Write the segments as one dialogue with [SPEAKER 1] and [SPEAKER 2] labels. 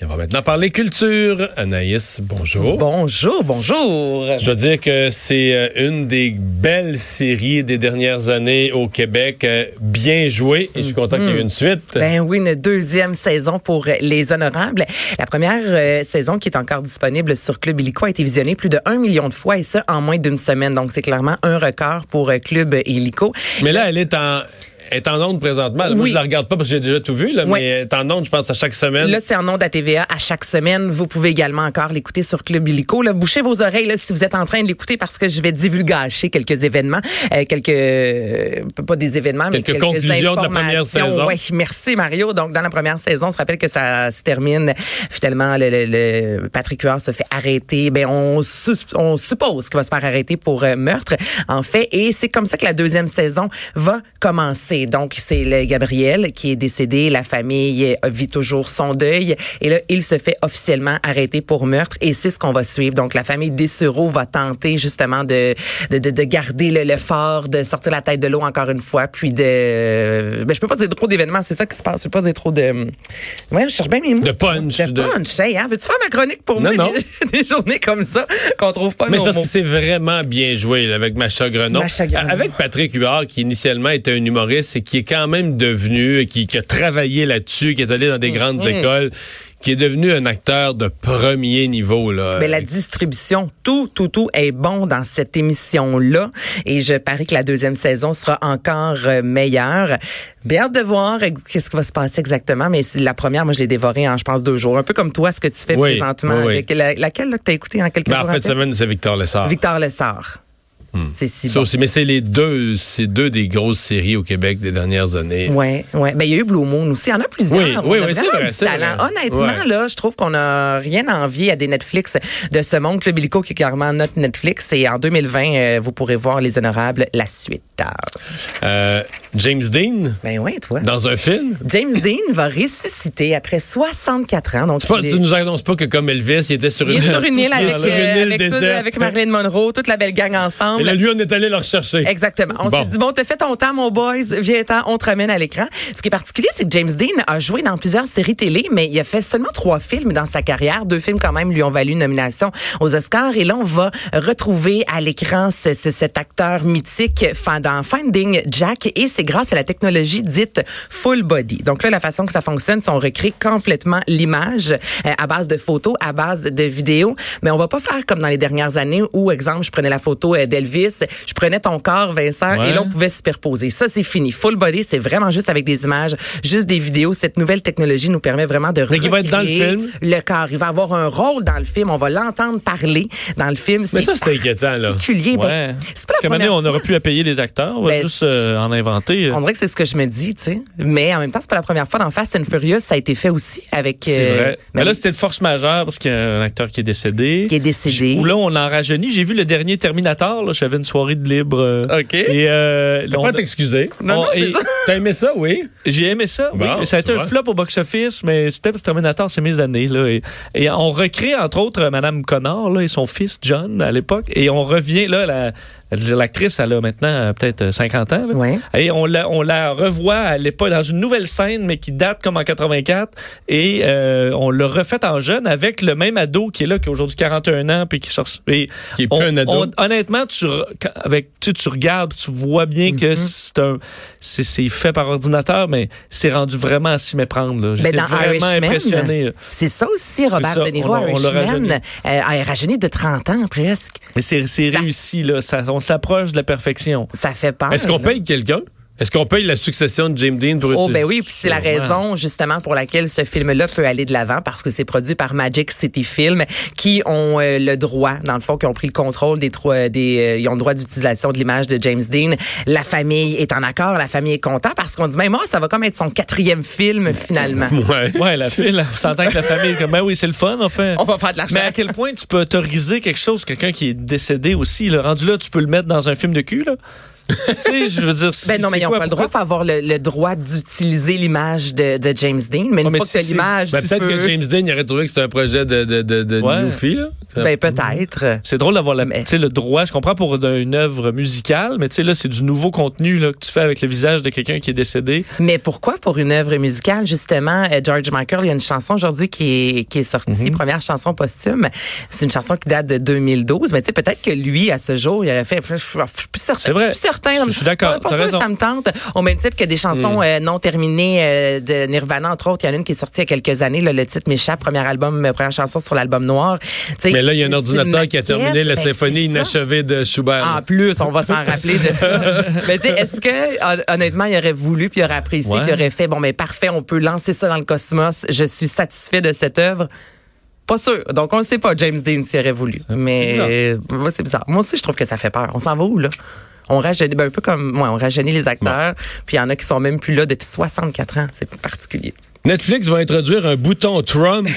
[SPEAKER 1] Et on va maintenant parler culture. Anaïs, bonjour.
[SPEAKER 2] Bonjour, bonjour.
[SPEAKER 1] Je dois dire que c'est euh, une des belles séries des dernières années au Québec. euh, Bien joué. Et je suis content qu'il y ait eu une suite.
[SPEAKER 2] Ben oui, une deuxième saison pour euh, les honorables. La première euh, saison qui est encore disponible sur Club Illico a été visionnée plus de 1 million de fois et ça en moins d'une semaine. Donc c'est clairement un record pour euh, Club Illico.
[SPEAKER 1] Mais là, elle est en, elle est en onde présentement. Moi,
[SPEAKER 2] Oui.
[SPEAKER 1] je la regarde pas parce que j'ai déjà tout vu, là,
[SPEAKER 2] Ouais.
[SPEAKER 1] mais elle est en onde, je pense, à chaque semaine.
[SPEAKER 2] Là, c'est en ondes à TVA à chaque semaine. Vous pouvez également encore l'écouter sur Club Illico. Là, bouchez vos oreilles là, si vous êtes en train de l'écouter parce que je vais divulgacher quelques événements, euh, quelques euh, pas des événements, mais
[SPEAKER 1] Quelques
[SPEAKER 2] quelques
[SPEAKER 1] conclusions de la première
[SPEAKER 2] informations.
[SPEAKER 1] saison.
[SPEAKER 2] Ouais, merci Mario. Donc dans la première saison, on se rappelle que ça se termine finalement le, le- le- Patrick Huard se fait arrêter. Ben on, sus- on suppose qu'il va se faire arrêter pour euh, meurtre en fait et c'est comme ça que la deuxième saison va commencer. Donc c'est le Gabriel qui est décédé, la famille euh, vit toujours son deuil et là il se fait officiellement arrêter pour meurtre et c'est ce qu'on va suivre. Donc la famille Dessureau va tenter justement de de, de- de garder le, le fort, de sortir la tête de l'eau encore une fois puis de ben je peux pas dire trop d'événements, c'est ça qui se passe, je peux pas dire trop de Ouais, je cherche bien mes mots.
[SPEAKER 1] De punch,
[SPEAKER 2] De
[SPEAKER 1] de-
[SPEAKER 2] punch, hey, hein? Veux-tu faire ma chronique pour
[SPEAKER 1] Non,
[SPEAKER 2] moi
[SPEAKER 1] non.
[SPEAKER 2] Des, des journées comme ça qu'on trouve pas
[SPEAKER 1] Mais c'est
[SPEAKER 2] nos
[SPEAKER 1] parce
[SPEAKER 2] mots.
[SPEAKER 1] que c'est vraiment bien joué là, avec Macha Grenon.
[SPEAKER 2] Macha Grenon.
[SPEAKER 1] Avec Patrick Huard, qui initialement était un humoriste et qui est quand même devenu, qui, qui a travaillé là-dessus, qui est allé dans
[SPEAKER 2] Mm.
[SPEAKER 1] des grandes écoles, qui est devenu un acteur de premier niveau. Là.
[SPEAKER 2] Mais Ben, la distribution, tout, tout, tout est bon dans cette émission-là. Et je parie que la deuxième saison sera encore euh, meilleure. Bien hâte de voir ex- qu'est-ce qui va se passer exactement. Mais si la première, moi, je l'ai dévorée en, je pense, deux jours. Un peu comme toi, ce que tu fais
[SPEAKER 1] Oui,
[SPEAKER 2] présentement.
[SPEAKER 1] oui, oui.
[SPEAKER 2] avec la- laquelle, là, que t'as écouté en quelques
[SPEAKER 1] Ben,
[SPEAKER 2] jours?
[SPEAKER 1] en fait,
[SPEAKER 2] après?
[SPEAKER 1] semaine, c'est Victor Lessard.
[SPEAKER 2] Victor Lessard. C'est si
[SPEAKER 1] Ça
[SPEAKER 2] bon.
[SPEAKER 1] aussi, mais c'est les deux, c'est deux des grosses séries au Québec des dernières années.
[SPEAKER 2] Ouais, ouais. Ben il y a eu Blue Moon aussi. Il y en a plusieurs.
[SPEAKER 1] Oui,
[SPEAKER 2] On
[SPEAKER 1] oui,
[SPEAKER 2] a
[SPEAKER 1] oui, c'est
[SPEAKER 2] vraiment
[SPEAKER 1] vrai,
[SPEAKER 2] du
[SPEAKER 1] c'est
[SPEAKER 2] talent.
[SPEAKER 1] vrai.
[SPEAKER 2] Honnêtement,
[SPEAKER 1] Ouais.
[SPEAKER 2] là, je trouve qu'on n'a rien à envier à des Netflix de ce monde. Club Illico, qui est clairement notre Netflix. Et en 2020, euh, vous pourrez voir Les Honorables, la suite. Ah.
[SPEAKER 1] Euh, James Dean
[SPEAKER 2] Ben oui, toi.
[SPEAKER 1] dans un film.
[SPEAKER 2] James Dean va ressusciter après 64 ans. Donc,
[SPEAKER 1] C'est pas-
[SPEAKER 2] il est-
[SPEAKER 1] tu nous annonces pas que comme Elvis, il était sur
[SPEAKER 2] il
[SPEAKER 1] une
[SPEAKER 2] est sur une île avec,
[SPEAKER 1] Sur une
[SPEAKER 2] euh,
[SPEAKER 1] île
[SPEAKER 2] avec tout-
[SPEAKER 1] déserte.
[SPEAKER 2] avec Marilyn Monroe, toute la belle gang ensemble.
[SPEAKER 1] Et là, lui, on est allé le rechercher.
[SPEAKER 2] Exactement. On
[SPEAKER 1] Bon.
[SPEAKER 2] s'est dit, bon, t'as fait ton temps, mon boys, viens-t'en, on te ramène à l'écran. Ce qui est particulier, c'est que James Dean a joué dans plusieurs séries télé, mais il a fait seulement trois films dans sa carrière. Deux films, quand même, lui ont valu une nomination aux Oscars. Et là, on va retrouver à l'écran ce- ce- cet acteur mythique fin- dans Finding Jack. Et c'est grâce à la technologie dite full body. Donc là, la façon que ça fonctionne, c'est on recrée complètement l'image euh, à base de photos, à base de vidéos. Mais on va pas faire comme dans les dernières années où, exemple, je prenais la photo euh, d'Elvis, je prenais ton corps, Vincent,
[SPEAKER 1] Ouais.
[SPEAKER 2] et là, on pouvait se superposer. Ça, c'est fini. Full body, c'est vraiment juste avec des images, juste des vidéos. Cette nouvelle technologie nous permet vraiment de
[SPEAKER 1] Mais qui va être dans le
[SPEAKER 2] recréer
[SPEAKER 1] film?
[SPEAKER 2] le corps. Il va avoir un rôle dans le film. On va l'entendre parler dans le film.
[SPEAKER 1] Mais ça, c'est inquiétant, là.
[SPEAKER 2] particulier. Ben,
[SPEAKER 3] Ouais.
[SPEAKER 2] c'est pas la
[SPEAKER 3] Comme
[SPEAKER 2] première
[SPEAKER 3] on aurait pu à payer les acteurs, on va
[SPEAKER 2] Ben,
[SPEAKER 3] juste euh, en inventer.
[SPEAKER 2] on dirait que c'est ce que je me dis, tu sais. Mais en même temps, c'est pas la première fois. Dans Fast and Furious, ça a été fait aussi avec.
[SPEAKER 3] C'est
[SPEAKER 2] euh,
[SPEAKER 3] vrai.
[SPEAKER 2] ben
[SPEAKER 3] Mais là,
[SPEAKER 2] oui,
[SPEAKER 3] c'était de force majeure parce qu'il y a un acteur qui est décédé.
[SPEAKER 2] qui est décédé.
[SPEAKER 3] Où là, on en rajeunit. J'ai vu le dernier Terminator. Là. J'avais une soirée de libre. euh,
[SPEAKER 1] OK.
[SPEAKER 3] Et euh,
[SPEAKER 1] T'as
[SPEAKER 3] on-
[SPEAKER 1] pas à t'excuser.
[SPEAKER 3] Non, non, c'est
[SPEAKER 1] et-
[SPEAKER 3] ça.
[SPEAKER 1] T'as aimé ça, oui?
[SPEAKER 3] j'ai aimé ça. oui.
[SPEAKER 1] Bon,
[SPEAKER 3] ça a été
[SPEAKER 1] tu
[SPEAKER 3] un
[SPEAKER 1] vois.
[SPEAKER 3] flop au box-office, mais c'était parce que Terminator, c'est mes années. Là. Et, et on recrée, entre autres, euh, Madame Connor là, et son fils John à l'époque. Et on revient. là la- L'actrice, elle a maintenant euh, peut-être euh, 50 ans. là.
[SPEAKER 2] Ouais.
[SPEAKER 3] Et on la, on la revoit à l'époque dans une nouvelle scène, mais qui date comme en 84. Et euh, on l'a refait en jeune avec le même ado qui est là, qui a aujourd'hui 41 ans, puis qui sort. et
[SPEAKER 1] Qui est plus un ado.
[SPEAKER 3] honnêtement, tu, re- quand- avec, tu, sais, tu regardes, tu vois bien
[SPEAKER 1] Mm-hmm.
[SPEAKER 3] que c'est un, c'est, c'est fait par ordinateur, mais c'est rendu vraiment à s'y méprendre. là. J'étais
[SPEAKER 2] Ben, dans
[SPEAKER 3] vraiment
[SPEAKER 2] Irishman,
[SPEAKER 3] impressionné. là.
[SPEAKER 2] C'est ça aussi, Robert
[SPEAKER 3] ça,
[SPEAKER 2] De Niro,
[SPEAKER 3] on l'a- on l'a rajeuni.
[SPEAKER 2] Irishman. Euh, a rajeuni de 30 ans presque.
[SPEAKER 3] Mais c'est, c'est
[SPEAKER 2] Ça-
[SPEAKER 3] réussi, là. Ça- on s'approche de la perfection.
[SPEAKER 2] Ça fait peur.
[SPEAKER 1] Est-ce qu'on
[SPEAKER 2] là.
[SPEAKER 1] paye quelqu'un? Est-ce qu'on paye la succession de James Dean pour
[SPEAKER 2] Oh
[SPEAKER 1] utiliser-
[SPEAKER 2] ben oui, puis c'est la raison justement pour laquelle ce film-là peut aller de l'avant parce que c'est produit par Magic City Film qui ont euh, le droit, dans le fond, qui ont pris le contrôle des trois, des, euh, ils ont le droit d'utilisation de l'image de James Dean. La famille est en accord, la famille est contente parce qu'on dit même moi ça va comme être son quatrième film finalement.
[SPEAKER 1] Ouais.
[SPEAKER 3] Ouais, la file, on s'entend que la famille, est comme, ben oui, c'est le fun, enfin.
[SPEAKER 2] On va faire de l'argent.
[SPEAKER 3] Mais à quel point tu peux autoriser quelque chose, quelqu'un qui est décédé aussi, le rendu là, tu peux le mettre dans un film de cul, là? tu sais, je veux dire, c'est-
[SPEAKER 2] Ben non, mais
[SPEAKER 3] c'est
[SPEAKER 2] ils n'ont
[SPEAKER 3] quoi,
[SPEAKER 2] pas le droit.
[SPEAKER 3] pourquoi-
[SPEAKER 2] Il faut avoir le, le droit d'utiliser l'image de, de James Dean. Mais une
[SPEAKER 3] Ouais, mais
[SPEAKER 2] fois que
[SPEAKER 3] si
[SPEAKER 2] t'as
[SPEAKER 3] c'est-
[SPEAKER 2] l'image,
[SPEAKER 1] Ben,
[SPEAKER 2] tu
[SPEAKER 1] peut-être
[SPEAKER 2] peux-
[SPEAKER 1] que James Dean il aurait trouvé que c'était un projet de, de, de, de
[SPEAKER 3] Ouais.
[SPEAKER 1] Newfie, là.
[SPEAKER 3] euh,
[SPEAKER 2] Ben peut-être.
[SPEAKER 3] C'est drôle d'avoir la-
[SPEAKER 2] Mais-
[SPEAKER 3] tu sais, le droit, je comprends pour une œuvre musicale, mais tu sais, là, c'est du nouveau contenu là, que tu fais avec le visage de quelqu'un qui est décédé.
[SPEAKER 2] Mais pourquoi pour une œuvre musicale justement euh, George Michael, il y a une chanson aujourd'hui qui est qui est sortie,
[SPEAKER 1] Mhm.
[SPEAKER 2] première chanson posthume. C'est une chanson qui date de 2012, mais tu sais peut-être que lui à ce jour, il aurait fait je suis plus certain,
[SPEAKER 3] C'est vrai.
[SPEAKER 2] je suis plus certain.
[SPEAKER 3] Je suis d'accord,
[SPEAKER 2] Pas, pas
[SPEAKER 3] t'as
[SPEAKER 2] sûr,
[SPEAKER 3] raison.
[SPEAKER 2] ça me tente. Au même titre que des
[SPEAKER 1] Mm.
[SPEAKER 2] chansons euh, non terminées euh, de Nirvana entre autres, il y en a une qui est sortie il y a quelques années là, le titre m'échappe, premier album, euh, première chanson sur l'album noir. Tu sais,
[SPEAKER 1] Mais là, il y a un
[SPEAKER 2] c'est
[SPEAKER 1] ordinateur
[SPEAKER 2] une
[SPEAKER 1] qui a
[SPEAKER 2] maquette,
[SPEAKER 1] terminé la
[SPEAKER 2] ben,
[SPEAKER 1] symphonie
[SPEAKER 2] c'est ça. Ah,
[SPEAKER 1] inachevée de Schubert.
[SPEAKER 2] En plus, on va s'en rappeler de ça. Mais tu sais, est-ce que hon- honnêtement, il aurait voulu, puis il aurait apprécié,
[SPEAKER 3] Ouais.
[SPEAKER 2] puis il aurait fait bon, mais parfait, on peut lancer ça dans le cosmos. Je suis satisfait de cette œuvre. Pas sûr. Donc on ne sait pas James Dean s'il aurait voulu. Mais
[SPEAKER 3] bizarre.
[SPEAKER 2] euh, moi c'est bizarre. Moi aussi je trouve que ça fait peur. On s'en va où là On rajeunit ben, un peu comme moi, on rajeunit les acteurs, puis il y en a qui sont même plus là depuis 64 ans, c'est particulier.
[SPEAKER 1] Netflix va introduire un bouton Trump.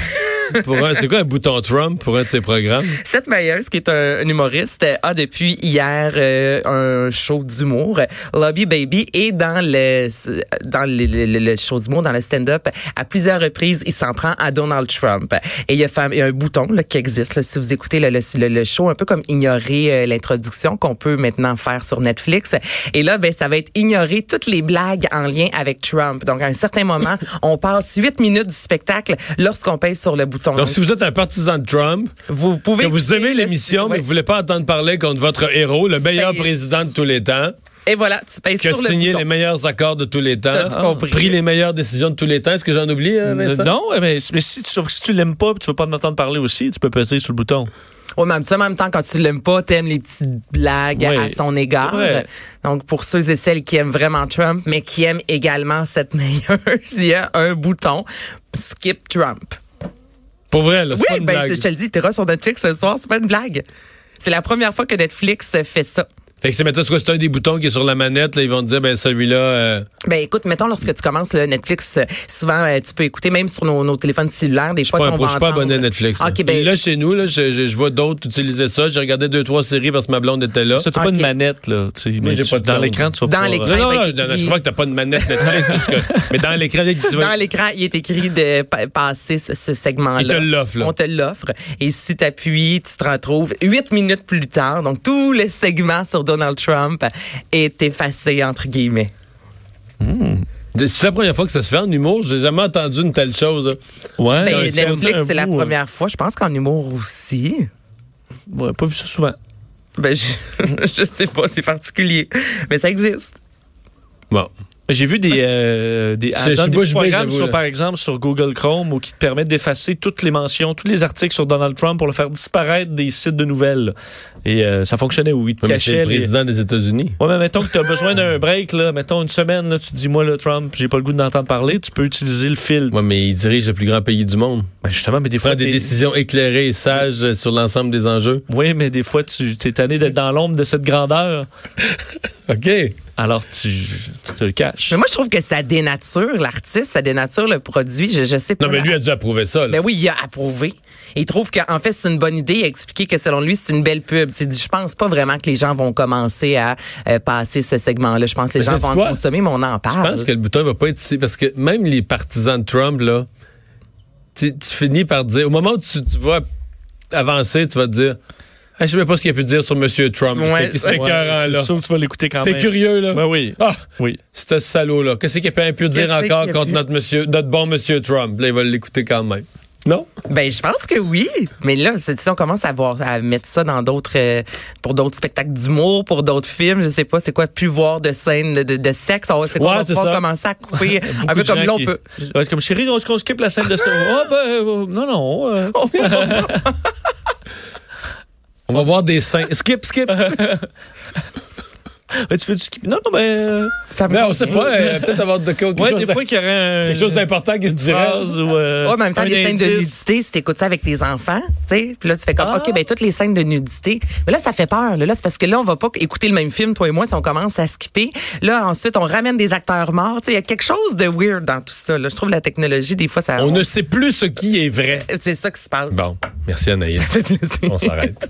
[SPEAKER 1] pour un- C'est quoi un bouton Trump pour un de ses programmes?
[SPEAKER 2] Seth Meyers, qui est un, un humoriste, euh, a depuis hier euh, un show d'humour, euh, Lobby Baby, et dans le dans le, le- le- le show d'humour, dans le stand-up, à plusieurs reprises, il s'en prend à Donald Trump. Et il y a, fam- il y a un bouton là, qui existe, là, si vous écoutez le, le- le- le show, un peu comme ignorer euh, l'introduction qu'on peut maintenant faire sur Netflix. Et là, ben, ça va être ignorer toutes les blagues en lien avec Trump. Donc, à un certain moment, on passe huit minutes du spectacle lorsqu'on pèse sur le bouton.
[SPEAKER 1] Donc, si vous êtes un partisan de Trump,
[SPEAKER 2] vous
[SPEAKER 1] que
[SPEAKER 2] pouvez
[SPEAKER 1] vous aimez
[SPEAKER 2] écouter le-
[SPEAKER 1] l'émission, mais
[SPEAKER 2] Ouais.
[SPEAKER 1] vous voulez pas entendre parler contre votre héros, le meilleur
[SPEAKER 2] C'est-
[SPEAKER 1] président de tous les temps,
[SPEAKER 2] Et voilà, tu payes
[SPEAKER 1] qui a
[SPEAKER 2] sur le
[SPEAKER 1] signé
[SPEAKER 2] bouton.
[SPEAKER 1] les meilleurs accords de tous les temps, Ah.
[SPEAKER 2] T'as tout compris.
[SPEAKER 1] pris les meilleures décisions de tous les temps. Est-ce que j'en oublie, euh, Vincent?
[SPEAKER 3] non, mais, mais si tu, sauf que si tu l'aimes pas, puis tu veux pas m'entendre parler aussi, tu peux peser sur le bouton.
[SPEAKER 2] Ouais, mais en même temps, quand tu l'aimes pas, t'aimes les petites blagues
[SPEAKER 3] Ouais.
[SPEAKER 2] à son égard.
[SPEAKER 3] C'est vrai.
[SPEAKER 2] Donc, pour ceux et celles qui aiment vraiment Trump, mais qui aiment également cette meilleure, il y a un bouton Skip Trump.
[SPEAKER 1] Pour vrai, là, c'est pas
[SPEAKER 2] Oui,
[SPEAKER 1] une
[SPEAKER 2] ben,
[SPEAKER 1] blague.
[SPEAKER 2] je, je te le dis, t'iras sur Netflix ce soir, c'est pas une blague. C'est la première fois que Netflix fait ça.
[SPEAKER 1] Fait que c'est maintenant, c'est quoi, c'est un des boutons qui est sur la manette, là, ils vont te dire, ben, celui-là, euh,
[SPEAKER 2] Ben écoute, mettons lorsque tu commences le Netflix, euh, souvent euh, tu peux écouter même sur nos, nos téléphones cellulaires des
[SPEAKER 1] je
[SPEAKER 2] fois
[SPEAKER 1] suis pas,
[SPEAKER 2] qu'on
[SPEAKER 1] je
[SPEAKER 2] va
[SPEAKER 1] suis pas
[SPEAKER 2] entendre.
[SPEAKER 1] abonné à Netflix. Là.
[SPEAKER 2] Ok, ben,
[SPEAKER 1] Et là, chez nous, là, je, je- je vois d'autres utiliser ça. J'ai regardé deux, trois séries parce que ma blonde était là.
[SPEAKER 3] Ça, t'as pas
[SPEAKER 2] Ok.
[SPEAKER 3] une manette, là. tu sais, mais
[SPEAKER 1] j'ai
[SPEAKER 3] tu-
[SPEAKER 1] pas de
[SPEAKER 3] dans
[SPEAKER 1] blonde.
[SPEAKER 3] l'écran, tu vas euh,
[SPEAKER 2] Dans l'écran.
[SPEAKER 3] pouvoir-
[SPEAKER 1] Non, non,
[SPEAKER 2] Ah,
[SPEAKER 1] non,
[SPEAKER 2] ben,
[SPEAKER 1] non, je
[SPEAKER 2] il-
[SPEAKER 1] crois que t'as pas de manette Netflix. parce que- mais dans l'écran, tu vas-
[SPEAKER 2] Dans l'écran, il est écrit de pa- passer ce, ce segment-là.
[SPEAKER 1] Il te l'offre, là.
[SPEAKER 2] On te l'offre. Et si tu appuies, tu te retrouves huit minutes plus tard. Donc, tout le segment sur Donald Trump est effacé, entre guillemets.
[SPEAKER 1] C'est la première fois que ça se fait en humour. J'ai jamais entendu une telle chose. là. Ah,
[SPEAKER 3] Ouais,
[SPEAKER 2] Ben,
[SPEAKER 3] un-
[SPEAKER 2] Netflix,
[SPEAKER 3] un
[SPEAKER 2] c'est la
[SPEAKER 1] hein.
[SPEAKER 3] bout,
[SPEAKER 2] première fois. Je pense qu'en humour aussi.
[SPEAKER 3] euh, ouais, pas vu ça souvent.
[SPEAKER 2] Ben, je, je sais pas, c'est particulier. Mais ça existe.
[SPEAKER 1] Bon.
[SPEAKER 3] Mais J'ai vu des, euh, des,
[SPEAKER 1] Je- je
[SPEAKER 3] dans
[SPEAKER 1] suis
[SPEAKER 3] des
[SPEAKER 1] bouche
[SPEAKER 3] petits
[SPEAKER 1] bée,
[SPEAKER 3] programmes,
[SPEAKER 1] j'avoue,
[SPEAKER 3] sur,
[SPEAKER 1] là.
[SPEAKER 3] par exemple, sur Google Chrome, ou qui te permettent d'effacer toutes les mentions, tous les articles sur Donald Trump pour le faire disparaître des sites de nouvelles. Et euh, ça fonctionnait où il te
[SPEAKER 1] Mais c'est
[SPEAKER 3] cachait
[SPEAKER 1] le
[SPEAKER 3] les...
[SPEAKER 1] président des États-Unis.
[SPEAKER 3] Ouais, mais mettons que tu as besoin d'un break, là, mettons une semaine, là, tu te dis, moi, le Trump, j'ai pas le goût d'entendre parler, tu peux utiliser le filtre.
[SPEAKER 1] Ouais, mais il dirige le plus grand pays du monde.
[SPEAKER 3] Ben, justement, mais des
[SPEAKER 1] Il prend
[SPEAKER 3] fois,
[SPEAKER 1] des
[SPEAKER 3] t'es-
[SPEAKER 1] décisions éclairées et sages euh, sur l'ensemble des enjeux.
[SPEAKER 3] Oui, mais des fois, tu t'es tanné d'être dans l'ombre de cette grandeur,
[SPEAKER 1] OK.
[SPEAKER 3] alors tu, tu te le caches.
[SPEAKER 2] Mais moi, je trouve que ça dénature l'artiste, ça dénature le produit. Je, je sais pas.
[SPEAKER 1] Non, mais
[SPEAKER 2] là.
[SPEAKER 1] lui a dû approuver ça. là.
[SPEAKER 2] Ben oui, il a approuvé. Il trouve qu'en fait, c'est une bonne idée. Il a expliqué que selon lui, c'est une belle pub. Il dit, je pense pas vraiment que les gens vont commencer à euh, passer ce segment-là. Je pense que les
[SPEAKER 1] Mais
[SPEAKER 2] gens
[SPEAKER 1] c'est
[SPEAKER 2] vont
[SPEAKER 1] quoi?
[SPEAKER 2] en consommer, mais on en
[SPEAKER 1] Je
[SPEAKER 2] parle.
[SPEAKER 1] pense que le bouton va pas être ici parce que même les partisans de Trump, là, tu, tu finis par dire, au moment où tu, tu vas avancer, tu vas te dire, Ah, je sais même pas ce qu'il a pu dire sur M. Trump.
[SPEAKER 2] Ouais,
[SPEAKER 1] C'était- C'était
[SPEAKER 3] Ouais,
[SPEAKER 1] écœurant,
[SPEAKER 3] je
[SPEAKER 1] là.
[SPEAKER 3] suis sûr que tu vas l'écouter quand
[SPEAKER 1] T'es
[SPEAKER 3] même.
[SPEAKER 1] curieux, là?
[SPEAKER 3] Ben oui.
[SPEAKER 1] Ah!
[SPEAKER 3] Oui.
[SPEAKER 1] C'est ce salaud-là. Qu'est-ce qu'il a pu dire
[SPEAKER 2] Qu'est-ce
[SPEAKER 1] encore
[SPEAKER 2] qu'il a
[SPEAKER 1] contre
[SPEAKER 2] pu-
[SPEAKER 1] notre, monsieur, notre bon monsieur Trump? Là, il va l'écouter quand même. Non?
[SPEAKER 2] Ben, je pense que oui. Mais là, c'est- si on commence à voir, à mettre ça dans d'autres, euh, pour d'autres spectacles d'humour, pour d'autres films, je sais pas, c'est quoi, plus voir de scènes de, de- de sexe. On, c'est quoi,
[SPEAKER 1] Ouais,
[SPEAKER 2] on va
[SPEAKER 1] c'est
[SPEAKER 2] pouvoir
[SPEAKER 1] ça.
[SPEAKER 2] commencer à couper. un
[SPEAKER 3] Beaucoup
[SPEAKER 2] peu
[SPEAKER 3] de
[SPEAKER 2] comme
[SPEAKER 3] gens
[SPEAKER 2] là, on
[SPEAKER 3] qui-
[SPEAKER 2] peut.
[SPEAKER 3] Ouais, c'est comme chérie, on, on skip la scène de ça. oh, ben, euh, non, non. euh.
[SPEAKER 2] Oh.
[SPEAKER 1] On va voir des seins. Skip, skip.
[SPEAKER 3] Ah, tu fais du ski? Non, non, mais. euh,
[SPEAKER 2] Ça me
[SPEAKER 1] Mais on sait
[SPEAKER 2] convient.
[SPEAKER 1] pas, euh, peut-être avoir de, quelque,
[SPEAKER 3] ouais,
[SPEAKER 1] chose
[SPEAKER 3] des
[SPEAKER 1] d'im-
[SPEAKER 3] fois qu'il y aurait un-
[SPEAKER 1] quelque chose d'important qui se
[SPEAKER 3] une
[SPEAKER 1] dirait.
[SPEAKER 3] phrase ou. euh,
[SPEAKER 2] Ouais, mais en même temps,
[SPEAKER 3] un
[SPEAKER 2] les scènes de
[SPEAKER 3] indice.
[SPEAKER 2] nudité, si t'écoutes ça avec tes enfants, tu sais, puis là, tu fais comme,
[SPEAKER 3] Ah.
[SPEAKER 2] OK, ben toutes les scènes de nudité. Mais là, ça fait peur, là. Là, c'est parce que là, on va pas écouter le même film, toi et moi, si on commence à skipper. Là, ensuite, on ramène des acteurs morts. Tu sais, il y a quelque chose de weird dans tout ça, là. Je trouve la technologie, des fois, ça...
[SPEAKER 1] On ne sait plus ce qui est vrai.
[SPEAKER 2] C'est ça qui se passe.
[SPEAKER 1] Bon, merci Anaïs.
[SPEAKER 2] Ça fait plaisir.
[SPEAKER 1] on s'arrête.